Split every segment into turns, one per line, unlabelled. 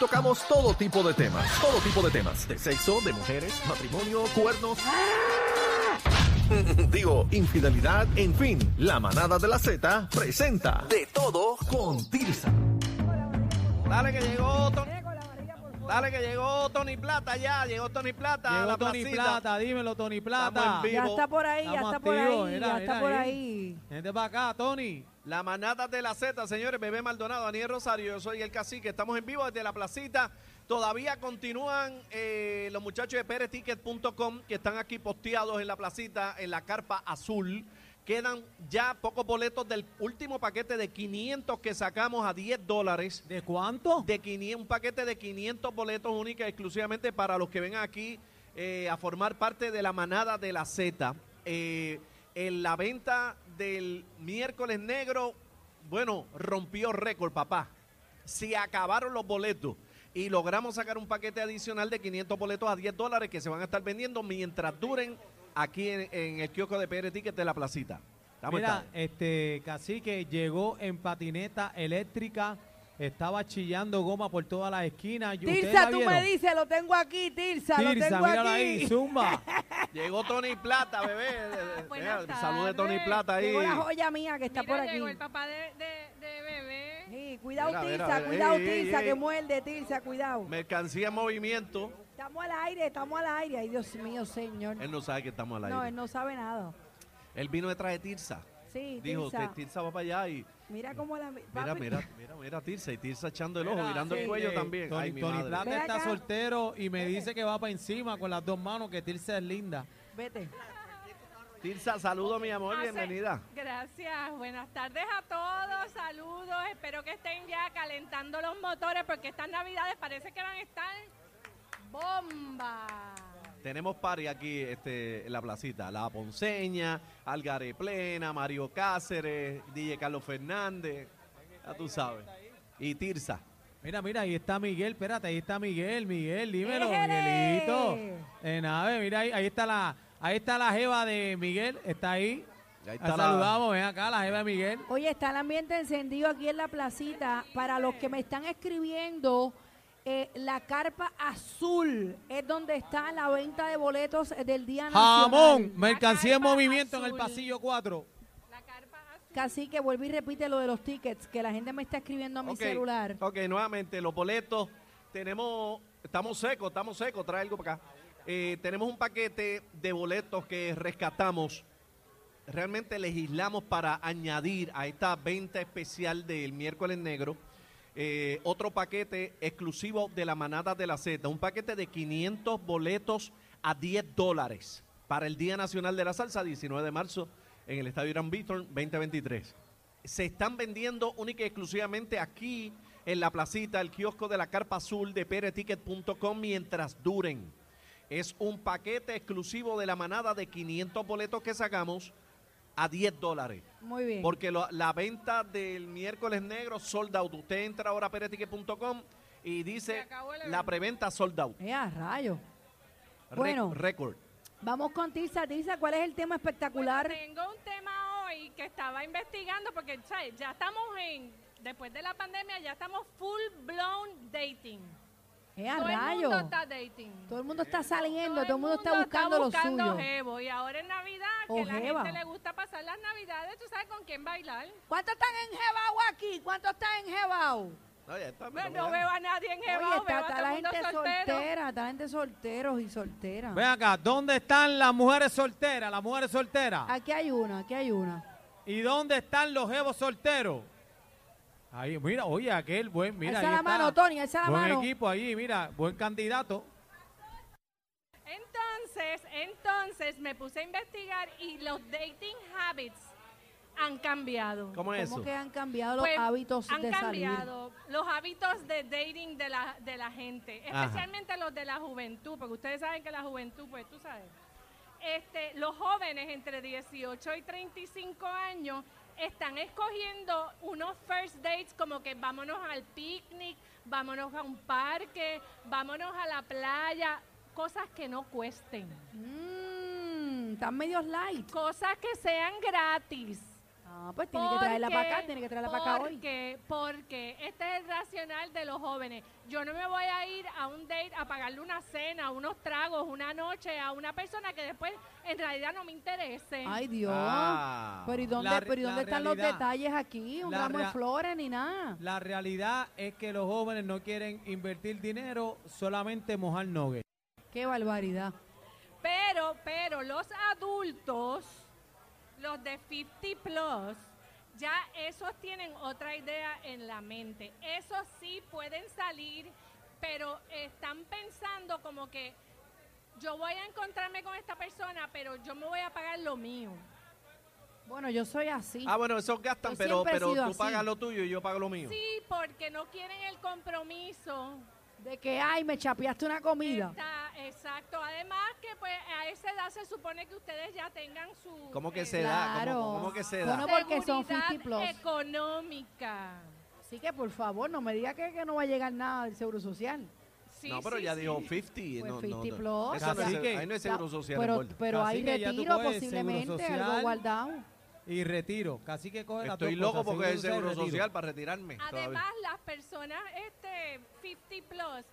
tocamos todo tipo de temas. Todo tipo de temas. De sexo, de mujeres, matrimonio, cuernos. Digo, infidelidad, en fin. La manada de la Z presenta De todo con Tirsa.
Dale que llegó Tony. Dale que llegó Tony Plata ya, llegó Tony Plata a
Llegó
la
Tony
placita.
Plata, dímelo, Tony Plata.
Estamos en
Ya
vivo.
está por ahí, ya
Estamos
está por
activos,
ahí,
era,
ya está
era
por
ahí.
ahí.
Gente para acá, Tony.
La manada de la Z, señores, bebé Maldonado, Daniel Rosario, yo soy el cacique, estamos en vivo desde la placita. Todavía continúan eh, los muchachos de pereticket.com que están aquí posteados en la placita, en la carpa azul. Quedan ya pocos boletos del último paquete de 500 que sacamos a 10 dólares.
¿De cuánto?
de 500 un paquete de 500 boletos únicas exclusivamente para los que vengan aquí eh, a formar parte de la manada de la Z. Eh, en la venta del miércoles negro, bueno, rompió récord, papá. Se acabaron los boletos y logramos sacar un paquete adicional de 500 boletos a 10 dólares que se van a estar vendiendo mientras duren aquí en, en el kiosco de PR Ticket de la placita. Estamos
Mira,
estamos.
este cacique llegó en patineta eléctrica, estaba chillando goma por todas las esquinas. ¿Y ustedes
Tirsa,
la
tú me
vieron?
dices, lo tengo aquí, Tirsa, lo
Tirsa,
tengo
mírala
aquí.
ahí, zumba.
Llegó Tony Plata, bebé.
Buenas
Salud de Tony
tardes.
Plata ahí.
Llegó la joya mía que está
Mira,
por aquí.
llegó el papá de, de- de bebé.
Sí, cuidado,
Mira, mira,
Tirsa,
mira.
cuidado,
Ey, ey,
Tirsa,
ey.
que muerde, Tirsa, cuidado.
Mercancía en movimiento.
Estamos al aire, estamos al aire. Ay, Dios mío, señor.
Él no sabe que estamos al aire.
No, él
él,
no sabe nada.
vino detrás de Tirsa.
Sí,
Dijo,
Tirsa.
"Te- Tirsa va para allá y
Mira cómo la...
mira,
papi,
mira, mira, mira Tirsa. Y Tirsa echando el ojo,
Mira,
mirando el
sí,
cuello
eh,
también.
Tony,
Ay, mi
Tony
madre.
Plata
Ven
está
acá.
soltero y me dice que va para encima con las dos manos, que Tirsa es linda.
Vete.
Tirsa, saludo, mi amor,
Hace-
bienvenida.
Gracias, buenas tardes a todos, saludos, espero que estén ya calentando los motores porque estas navidades parece que van a estar bomba.
Tenemos party aquí este, en la placita. La Ponceña, Algaré Plena, Mario Cáceres, DJ Carlos Fernández. Ya tú sabes. Y Tirsa.
Mira, mira, ahí está Miguel, espérate, ahí está Miguel, Miguel, dímelo,
¡Éjele!
Miguelito. Eh, nave, mira, ahí, ahí está la, ahí está la jeva de Miguel, está ahí.
Ahí
Ahí
está la-
saludamos, ven acá, la jeva de Miguel.
Oye, está el ambiente encendido aquí en la placita. Para los que me están escribiendo, eh, la carpa azul es donde está la venta de boletos eh, del Día Nacional.
Jamón, mercancía en
carpa
movimiento en el
azul.
pasillo 4.
La carpa azul.
Casi que vuelve y repite lo de los tickets, que la gente me está escribiendo a mi
Ok,
celular.
Ok, nuevamente, los boletos. Tenemos, estamos secos, estamos secos, trae algo para acá. Eh, tenemos un paquete de boletos que rescatamos. Realmente legislamos para añadir a esta venta especial del miércoles negro eh, otro paquete exclusivo de la manada de la Z, un paquete de 500 boletos a 10 dólares para el Día Nacional de la Salsa, 19 de marzo, en el Estadio Irán Bithorn 2023 se están vendiendo única y exclusivamente aquí en la placita, el kiosco de la carpa azul de pereticket.com mientras duren. Es un paquete exclusivo de la manada de 500 boletos que sacamos a 10 dólares.
Muy bien.
Porque lo- la venta del miércoles negro, sold out. Usted entra ahora a pereticket.com y
Se
dice
acabó el
la
evento.
preventa sold out.
Eh, a rayo.
Re-
Bueno.
Récord.
Vamos con Tirsa. Tirsa, ¿cuál es el tema espectacular?
Bueno, tengo un tema hoy que estaba investigando porque ¿sabes? ya estamos en, después de la pandemia, ya estamos full blown dating.
Eh, a
Todo el
rayo.
mundo está dating.
Todo el mundo está saliendo, todo el mundo está buscando lo
buscando
suyo.
jevo, y ahora en Navidad,
O
que la
jeva.
gente le gusta pasar las Navidades, tú sabes con quién bailar.
¿Cuántos están en Jebao aquí? ¿Cuántos están en Jebao?
No, ya está,
No,
mira,
Pues no
mira.
veo a nadie en
Oye,
jeva,
está,
veo a
está
todo
la
el mundo
gente
soltero.
soltera, está la gente solteros y solteras.
Ven acá, ¿dónde están las mujeres solteras? Las mujeres solteras.
Aquí hay una, aquí hay una.
¿Y dónde están los jevos solteros? Ahí, mira, oye, aquel buen, mira.
Alza
ahí
la
está.
mano, Tony, alza la
buen
mano.
equipo ahí, mira, buen candidato.
Entonces, entonces me puse a investigar y los dating habits han cambiado.
¿Cómo es
¿Cómo
eso?
que han cambiado los
Pues,
hábitos
han
de salir?
cambiado los hábitos de dating de la, de la gente,
Ajá.
especialmente los de la juventud, porque ustedes saben que la juventud, pues tú sabes, este, los jóvenes entre 18 y 35 años están escogiendo unos first dates como que vámonos al picnic, vámonos a un parque, vámonos a la playa, cosas que no cuesten,
Mm, están medios light.
cosas que sean gratis.
Ah, pues tiene que traerla para acá, tiene que traerla para acá hoy.
porque- Porque este es el racional de los jóvenes. Yo no me voy a ir a un date a pagarle una cena, unos tragos, una noche a una persona que después en realidad no me interese.
Ay, Dios.
Ah.
pero ¿y dónde,
La re-
pero ¿y dónde
la
están los
realidad.
detalles aquí? Un
La
ramo de
rea-
flores ni nada.
La realidad es que los jóvenes no quieren invertir dinero, solamente mojar nogue.
Qué barbaridad.
Pero, pero los adultos, los de 50 plus, ya esos tienen otra idea en la mente. Esos sí pueden salir, pero están pensando como que yo voy a encontrarme con esta persona, pero yo me voy a pagar lo mío.
Bueno, yo soy así.
Ah, bueno, esos gastan,
Yo
pero,
siempre he
pero
sido
tú
así.
pagas lo tuyo y yo pago lo mío.
Sí, porque no quieren el compromiso.
De que, ay, me chapeaste una comida.
Está- exacto. Además que pues a esa edad se supone que ustedes ya tengan su...
¿Cómo
eh,
que se da?
claro.
¿Cómo, cómo que se
Bueno,
da?
porque son
seguridad
50 plus.
económica.
Así que, por favor, no me diga que, que no va a llegar nada del Seguro Social.
Sí,
no, pero
sí,
ya
sí.
dijo 50.
Pues
no, no,
50
no.
plus,
Eso no es,
Cacique.
ahí no es
Ya,
seguro social.
Pero,
envuelto.
pero hay
Cacique, ya tú
retiro
coges
posiblemente,
Seguro
algo
Social.
Ah.
guardado.
Y retiro, casi que coge las
Estoy
dos
loco
cosas,
porque es el
Seguro
seguro
Social y retiro.
social para retirarme. todavía.
Además, las personas este 50 plus,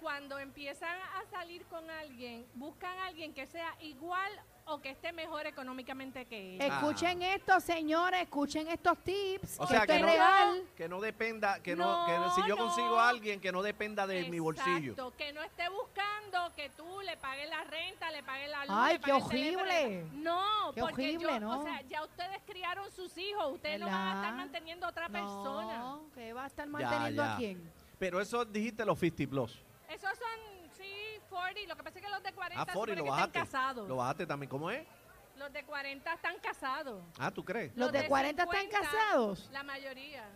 cuando empiezan a salir con alguien, buscan a alguien que sea igual o que esté mejor económicamente que ellos.
Ah.
Escuchen esto, señores, escuchen estos tips.
O sea,
esto
que
es
no-
real.
Que no dependa, que no,
No,
que si yo
no.
consigo a alguien que no dependa de mi bolsillo.
Exacto, que no esté buscando que tú le pagues la renta, le pagues la luz.
Ay,
le
qué
pagues el teléfono, le
horrible.
pagues- No,
Qué
porque
horrible,
yo,
¿no?
o sea, ya ustedes criaron sus hijos, ustedes no van a estar
¿Verdad?
manteniendo a otra persona.
No, que va a estar manteniendo
ya.
a quién.
Pero eso dijiste los 50 plus.
Esos son, sí, 40. Lo que pasa es que los de 40
Ah, Fori,
supone
lo
que están
bajaste.
casados.
Lo bajaste también. ¿Cómo es?
los de 40 están casados.
Ah, ¿tú crees?
¿Los de 40 están
50,
casados?
La mayoría.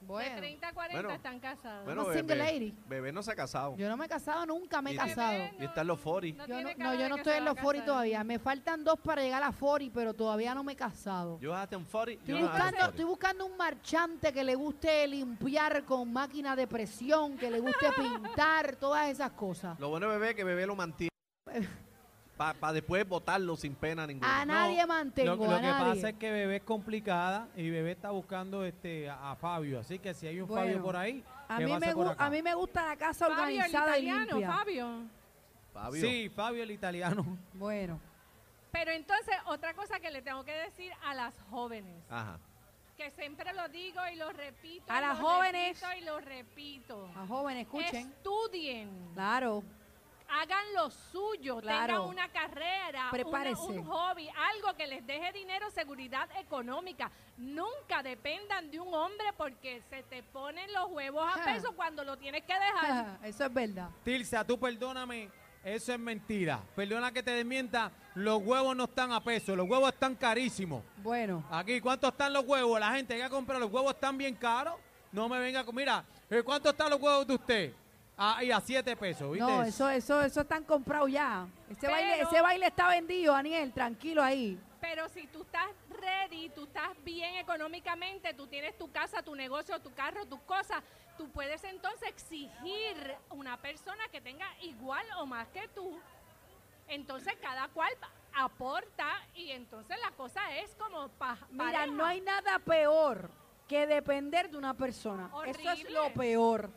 De
Bueno,
30 a 40
Bueno,
están casados.
Bueno,
Una
bebé,
single lady.
bebé no se ha casado.
yo no me he casado nunca, me he
Y- Bebé,
casado.
Y están los 40.
Yo no,
tiene
no,
cara
yo
de
no
que
estoy
se
en
va a
los 40
casar.
todavía. Me faltan dos para llegar a 40, pero todavía no me he casado.
Yo hasta en 40.
Estoy
yo hasta en
buscando,
40.
estoy buscando un marchante que le guste limpiar con máquina de presión, que le guste pintar, todas esas cosas.
Lo bueno de bebé es que bebé lo mantiene. Para después votarlo sin pena ninguna.
A nadie mantengo,
Lo, lo
a
que pasa
nadie.
es que Bebé es complicada y Bebé está buscando este a, a Fabio. Así que si hay un Fabio
Bueno,
por ahí,
a,
que
mí
pase
me
por
gu-
acá.
a mí me gusta la casa
Fabio, el
organizada y
italiano,
limpia.
Fabio.
Fabio.
Sí, Fabio el italiano.
Bueno,
Pero entonces, otra cosa que le tengo que decir a las jóvenes,
Ajá.
que siempre lo digo y lo repito. y
A las
lo
jóvenes.
repito Y lo repito.
a jóvenes, escuchen.
Estudien.
Claro.
hagan lo suyo,
Claro.
tengan una carrera,
Prepárese.
una- un hobby, algo que les deje dinero, seguridad económica. Nunca dependan de un hombre porque se te ponen los huevos
Ja.
a peso cuando lo tienes que dejar.
Eso es verdad.
Tilsa, tú perdóname, eso es mentira. Perdona que te desmienta, los huevos no están a peso, los huevos están carísimos.
Bueno,
Aquí, ¿cuánto están los huevos? La gente que ha comprado los huevos están bien caros. No me venga con, mira, eh, ¿cuánto están los huevos de usted? Ah, y a siete pesos, ¿viste?
no, eso, eso, eso están comprados ya. Ese
Pero-
baile, ese baile está vendido, Daniel, tranquilo ahí.
Pero si tú estás ready, tú estás bien económicamente, tú tienes tu casa, tu negocio, tu carro, tus cosas, tú puedes entonces exigir una persona que tenga igual o más que tú. Entonces cada cual aporta y entonces la cosa es como pa-
Mira,
pareja.
no hay nada peor que depender de una persona. Eso es
Horrible.
lo peor.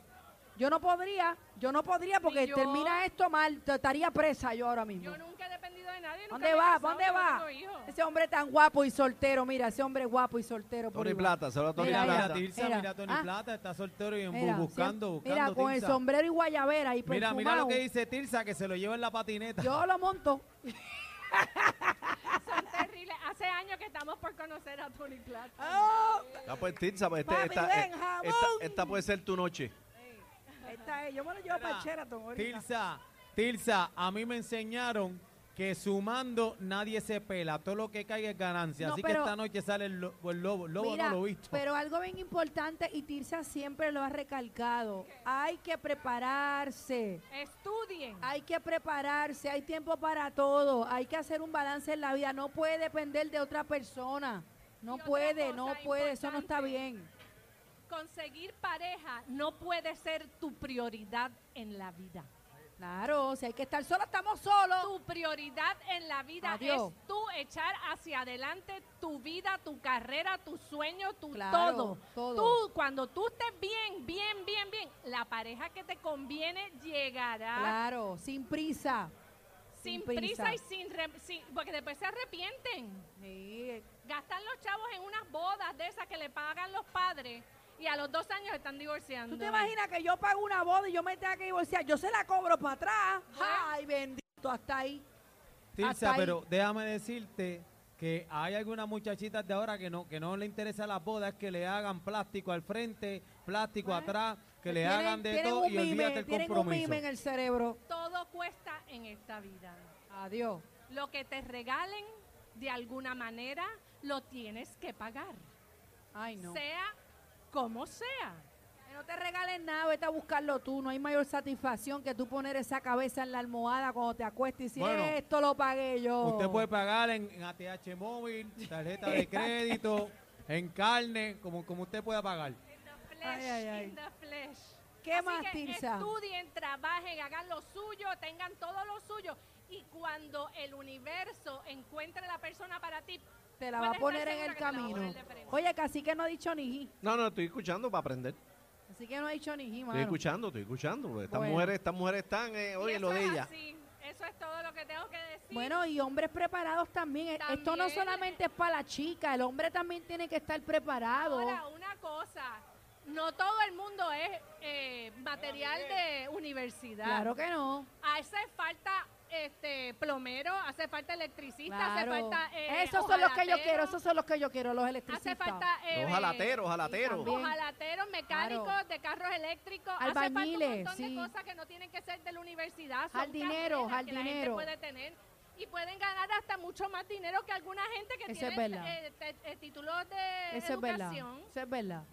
Yo no podría, yo no podría porque
Ni yo.
termina esto mal, t- estaría presa yo ahora mismo.
Yo nunca he dependido de nadie. nunca
¿Dónde
me he
va?
casado,
¿Dónde
yo no
va?
tengo hijos.
Ese hombre tan guapo y soltero, mira, ese hombre guapo y soltero. por
Tony
igual.
Plata, se habla Tony
Mira, mira,
Plata.
Tilsa,
mira.
mira, Tony
Ah.
Plata está soltero y en-
Mira,
buscando,
siempre-
buscando.
Mira, con el
Tilsa.
sombrero y guayabera y
Mira,
perfumado.
mira lo que dice Tilsa, que se lo lleva en la patineta.
Yo lo monto.
Son terribles. Hace años que estamos por conocer a Tony Plata.
Oh.
Ah, pues, Tilsa, pues, este-
Papi,
esta,
ven,
eh,
jamón.
esta- esta puede ser tu noche.
Ahí está él. Yo me lo llevo para el Sheraton ahorita.
Tilsa, Tilsa, a mí me enseñaron que sumando nadie se pela, todo lo que caiga es ganancia.
No,
Así que
pero-
esta noche sale el, lo- el lobo, el lobo
Mira,
no lo he visto.
pero algo bien importante y Tirsa siempre lo ha recalcado. Hay que prepararse.
Estudien.
Hay que prepararse, hay tiempo para todo, hay que hacer un balance en la vida, no puede depender de otra persona, no
Y otra
puede,
cosa
no puede, eso no está bien.
Conseguir pareja no puede ser tu prioridad en la vida.
Claro, si hay que estar solo, estamos solos.
Tu prioridad en la vida
Adiós.
es tú echar hacia adelante tu vida, tu carrera, tu sueño, tu
Claro,
todo.
todo.
Tú, cuando tú estés bien, bien, bien, bien, la pareja que te conviene llegará
Claro, sin prisa. sin
sin prisa,
prisa.
y sin, re- sin- Porque después se arrepienten.
Sí,
Gastan los chavos en unas bodas de esas que le pagan los padres y a los dos años están divorciando.
¿Tú te imaginas que yo pago una boda y yo me tenga que divorciar? Yo se la cobro para atrás.
Bueno.
Ay, bendito, hasta ahí. Hasta
Tirsa,
ahí.
pero déjame decirte que hay algunas muchachitas de ahora que no, que no le interesa las bodas, que le hagan plástico al frente, plástico atrás, que le
pues Tienen-
hagan de
tienen
todo
un
y
mime,
olvídate el
Tienen un mime en
compromiso.
el cerebro.
Todo cuesta en esta vida.
Adiós.
Lo que te regalen de alguna manera lo tienes que pagar.
Ay, no.
Sea como sea.
Que no te regalen nada, vete a buscarlo tú. No hay mayor satisfacción que tú poner esa cabeza en la almohada cuando te acuestes y decir,
Bueno,
esto lo pagué yo.
Usted puede pagar en, en ATH móvil, tarjeta de crédito, en carne, como, como usted pueda pagar.
In the
Ay,
flesh,
ay, ay.
in the flesh.
¿Qué
Así
más,
que
Tirsa?
Estudien, trabajen, hagan lo suyo, tengan todo lo suyo. Y cuando el universo encuentre la persona para ti,
Te la va a
puedes
poner en
estar
el
segura que te la va a
camino.
poner de frente.
Oye, casi que no ha dicho ni ji.
No, no, estoy escuchando para aprender.
Así que no ha dicho ni ji,
Estoy
mano.
escuchando, estoy escuchando. Estas
Bueno.
mujeres, estas mujeres están, eh,
Y
oye,
eso
lo de
es
ella.
así. Eso es todo lo que tengo que decir.
Bueno, y hombres preparados también. E- Esto no
También.
solamente es para la chica, el hombre también tiene que estar preparado.
Ahora, una cosa. No todo el mundo es eh, material de universidad.
Claro que no.
Hace falta este plomero, hace falta electricista,
Claro.
hace falta. eh,
esos son los que yo
hojalatero,
quiero, esos son los que yo quiero, los
Hace
electricistas.
falta. eh,
Los jalateros, jalateros.
también.
Ojalateros, mecánicos
Claro.
de carros eléctricos, hace falta un
Albañiles,
montón
sí.
de cosas que no tienen que ser de la universidad, son
Jardineros,
carreras que la gente
jardineros.
puede tener y pueden ganar hasta mucho más dinero que alguna gente que
Eso es
tiene
verdad.
eh, te- eh, títulos de
Eso es verdad.
educación.
Eso es verdad.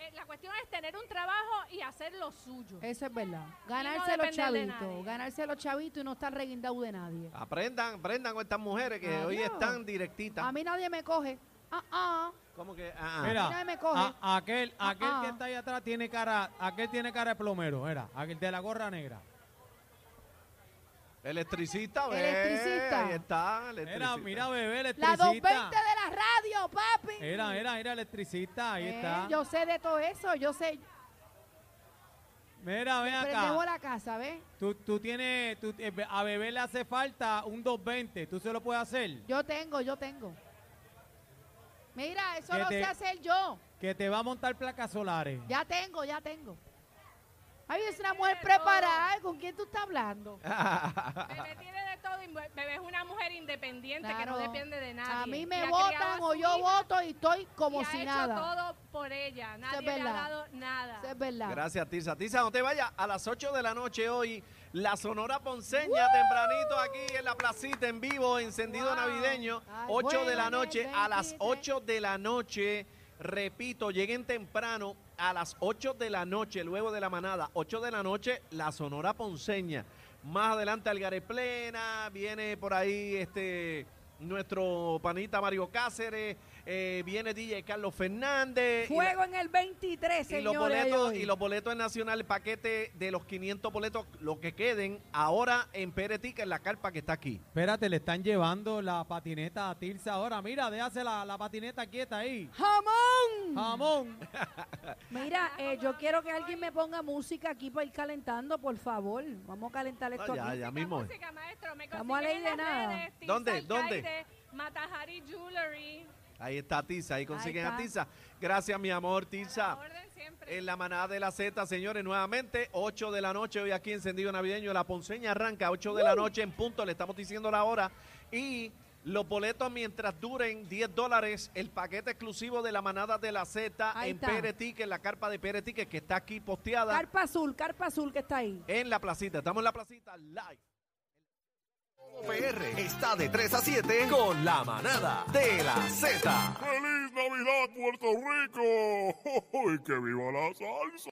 Eh, la cuestión es tener un trabajo y hacer lo suyo.
Eso es verdad. Ganarse los
depender de nadie.
chavitos, ganarse los chavitos y no estar reguindado de nadie.
Ah,
Aprendan, aprendan con estas mujeres que hoy
Adiós.
están directitas.
A mí nadie me coge. Ah, ah.
¿Cómo que? Ah, ah.
Mira,
Mira,
me coge.
a- aquel, aquel
Ah, ah.
que está ahí atrás tiene cara, aquel tiene cara de plomero, era, aquel de la gorra negra.
Electricista, ve.
Electricista.
Ahí está,
Era,
electricista.
mira, bebé,
La 220 de
electricista.
la radio, papi.
Era, era, era electricista, ahí
Eh,
está.
Yo sé de todo eso, yo sé.
Mira, ven
Prendemos
acá.
la casa, ¿ves?
Tú, tú tienes, tú- eh, a bebé le hace falta un 220, tú se lo puedes hacer.
Yo tengo, yo tengo. Mira, eso
Que
lo
te-
sé hacer yo.
Que te va a montar placas solares.
Ya tengo, ya tengo. Ay, es una mujer
Pero-
preparada. ¿Con quién tú estás hablando?
Bebé tiene de todo y mu- Bebé es una mujer independiente que no
Claro.
depende de nadie.
A mí
Y
me
ha criado a
votan
su
o yo
hija
voto y estoy como
y
si
ha
nada.
hecho todo por ella. Nadie le ha
verdad.
dado nada.
Eso es verdad.
Gracias, Tirsa. Tirsa, no te vayas. A las 8 de la noche hoy, la Sonora Ponceña, tempranito aquí en la placita, en vivo, encendido
Wow.
navideño.
Ay,
8 de
bueno,
la
el
noche, a las
23.
8 de la noche, repito, lleguen temprano. A las 8 de la noche, luego de la manada, 8 de la noche, la Sonora Ponceña. Más adelante, Algaré Plena, viene por ahí este nuestro panita Mario Cáceres, eh, viene DJ Carlos Fernández. y la-
Fuego en el 23,
y los,
señores.
boletos,
hoy.
y los boletos en Nacional, el paquete de los 500 boletos, los que queden ahora en Peretica, en la carpa que está aquí.
Espérate, le están llevando la patineta a Tirsa ahora. Mira, déjase la, la patineta quieta ahí.
¡Jamón!
Jamón.
Mira, eh, yo quiero que alguien me ponga música aquí para ir calentando, por favor. Vamos a calentar esto
No, ya,
aquí.
ya
Música,
mismo. es.
música, maestro. Me
Estamos a
consiguen
ley
en
de
las
nada.
redes, Tiza
¿Dónde?
Alcaide,
¿Dónde?
Matajari Jewelry.
Ahí está Tiza, ahí consiguen
Ahí
a
está.
Tiza. Gracias, mi amor,
La
Tiza.
orden siempre.
En la manada de la Z, señores, nuevamente, 8 de la noche, hoy aquí encendido navideño. La ponceña arranca 8
Uh.
de la noche en punto, le estamos diciendo la hora. Y los boletos, mientras duren 10 dólares, el paquete exclusivo de la manada de la Z
Ahí
en
está.
Peretica, en la carpa de Peretica, que está aquí posteada.
Carpa azul, carpa azul que está ahí.
en la placita. Estamos en la placita live.
PR está de 3 a 7 con la manada de la Z.
¡Feliz Navidad, Puerto Rico! ¡Y que viva la salsa!